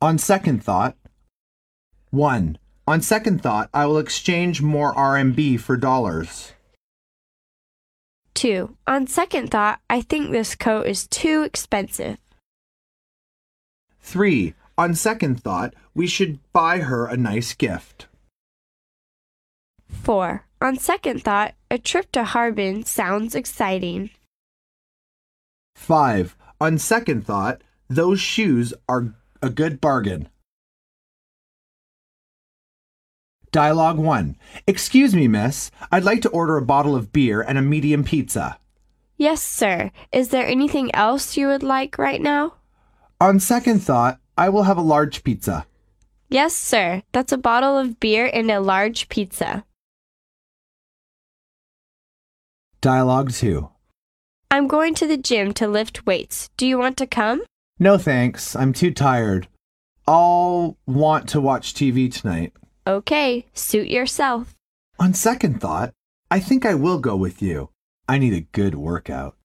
On second thought, 1. On second thought, I will exchange more RMB for dollars. 2. On second thought, I think this coat is too expensive. 3. On second thought, we should buy her a nice gift. 4. On second thought, a trip to Harbin sounds exciting. 5. On second thought, those shoes are a good bargain. Dialogue 1. Excuse me, miss. I'd like to order a bottle of beer and a medium pizza. Yes, sir. Is there anything else you would like right now? On second thought, I will have a large pizza. Yes, sir. That's a bottle of beer and a large pizza. Dialogue 2. I'm going to the gym to lift weights. Do you want to come? No thanks. I'm too tired. I'll want to watch TV tonight. Okay, suit yourself. On second thought, I think I will go with you. I need a good workout.